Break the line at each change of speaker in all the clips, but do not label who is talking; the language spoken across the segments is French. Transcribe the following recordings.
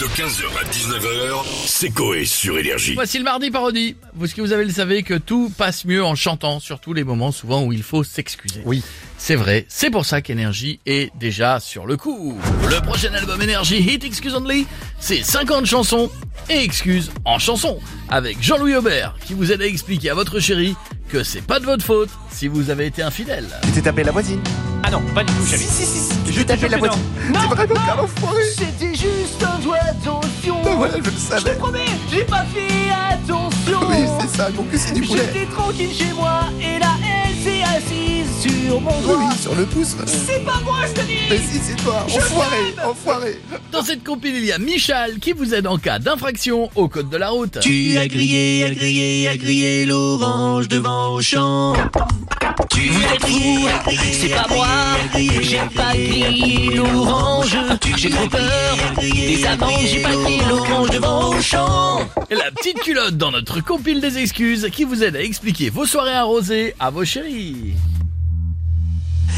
De 15h à 19h, c'est Coé sur Énergie.
Voici le mardi parodie. Vous, ce que vous avez le savez que tout passe mieux en chantant, surtout les moments souvent où il faut s'excuser.
Oui.
C'est vrai, c'est pour ça qu'Énergie est déjà sur le coup. Le prochain album Énergie Hit Excuse Only, c'est 50 chansons et excuses en chansons. Avec Jean-Louis Aubert qui vous aide à expliquer à votre chérie que c'est pas de votre faute si vous avez été infidèle.
Tu t'es tapé la voisine
Ah non, pas du tout,
Si,
chérie.
si, si, si,
Je
je tapé
t'ai
la
chopé
voisine. C'est vraiment quel enfoiré
C'était juste un doigt attention.
Ah ouais, je le
Je te
savais
promets, j'ai pas fait attention.
Oui, c'est ça, donc c'est du poulet
J'étais tranquille chez moi et la elle s'est assise sur mon
Oui,
doigt.
oui, sur le pouce
C'est pas moi, je te dis.
Mais si, c'est toi,
Je
enfoiré,
t'aime
enfoiré
Dans cette compil, il y a Michal qui vous aide en cas d'infraction au code de la route.
Tu as grillé, as grillé, as grillé l'orange devant Auchan. Tu as grillé, as grillé,
C'est pas moi, j'ai pas grillé l'orange. J'ai trop peur des amendes, j'ai pas grillé l'orange devant Auchan.
Et la petite culotte dans notre compile des excuses qui vous aide à expliquer vos soirées arrosées à vos chéris.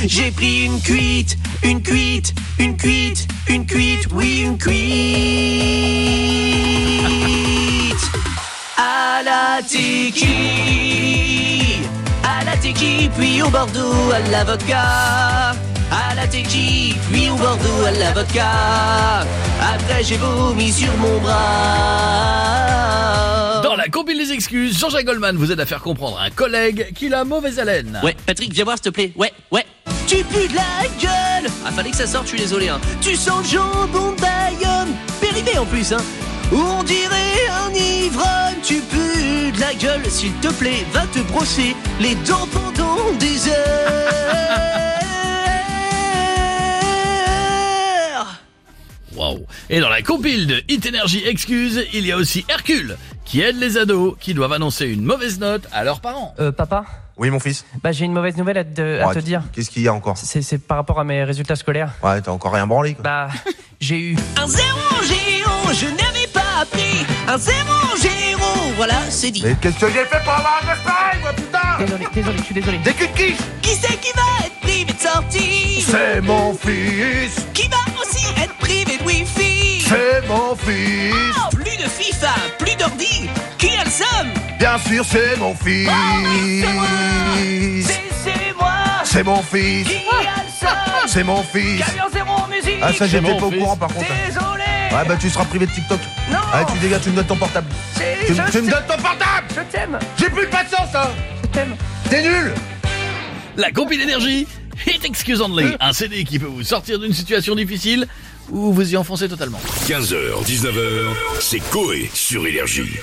J'ai pris une cuite, une cuite, une cuite, une cuite, oui, une cuite. À la tiki, à la tiki, puis au Bordeaux, à la vodka. À la tiki, puis au Bordeaux, à la vodka. Après, j'ai vomi sur mon bras.
Dans la compile des excuses, Jean-Jacques Goldman vous aide à faire comprendre à un collègue qu'il a mauvaise haleine.
Ouais, Patrick, viens voir, s'il te plaît. Ouais, ouais. Tu pues de la gueule Ah, fallait que ça sorte, je suis désolé. Hein. Tu sens le jambon de Bayonne. Périmé en plus, hein. On dirait un ivrogne. Tu pues de la gueule, s'il te plaît. Va te brosser les dents pendant des heures.
Waouh. Et dans la compile de Hit Energy Excuses, il y a aussi Hercule qui aide les ados qui doivent annoncer une mauvaise note à leurs parents.
Euh, papa,
Oui, mon fils
bah, j'ai une mauvaise nouvelle à te, à
Ouais,
Bah, te dire.
Qu'est-ce qu'il y a encore
C'est c'est par rapport à mes résultats scolaires.
Ouais, t'as encore rien branlé, quoi
Bah, j'ai eu.
Un zéro géant, je n'avais pas appris. Un zéro géant, voilà, c'est dit.
Mais qu'est-ce que j'ai fait pour avoir un espagne, moi, putain
Désolé, désolé, je suis désolé.
Des culs de quiche
Qui c'est qui va être privé de sortie
C'est mon fils
qui va aussi être privé de Wi-Fi.
C'est mon fils
Oh, plus de FIFA, plus d'ordi. Qui a le somme
Bien sûr, c'est mon fils
C'est c'est moi
C'est mon fils
qui a
Ah.
le seum.
C'est mon fils
Camion zéro en musique.
Ah, ça, j'étais
mon
pas au
fils.
courant, par contre
Désolé.
Ouais, bah tu seras privé de TikTok
Non.
Allez, tu dégages, tu me donnes ton portable
C'est-
Tu,
je
tu me donnes ton portable
Je t'aime,
J'ai plus de patience, hein
je t'aime.
T'es nul
La compile énergie Hit Excuse Only, un CD qui peut vous sortir d'une situation difficile ou vous y enfoncer totalement.
15h, 19h, c'est Coé sur Énergie.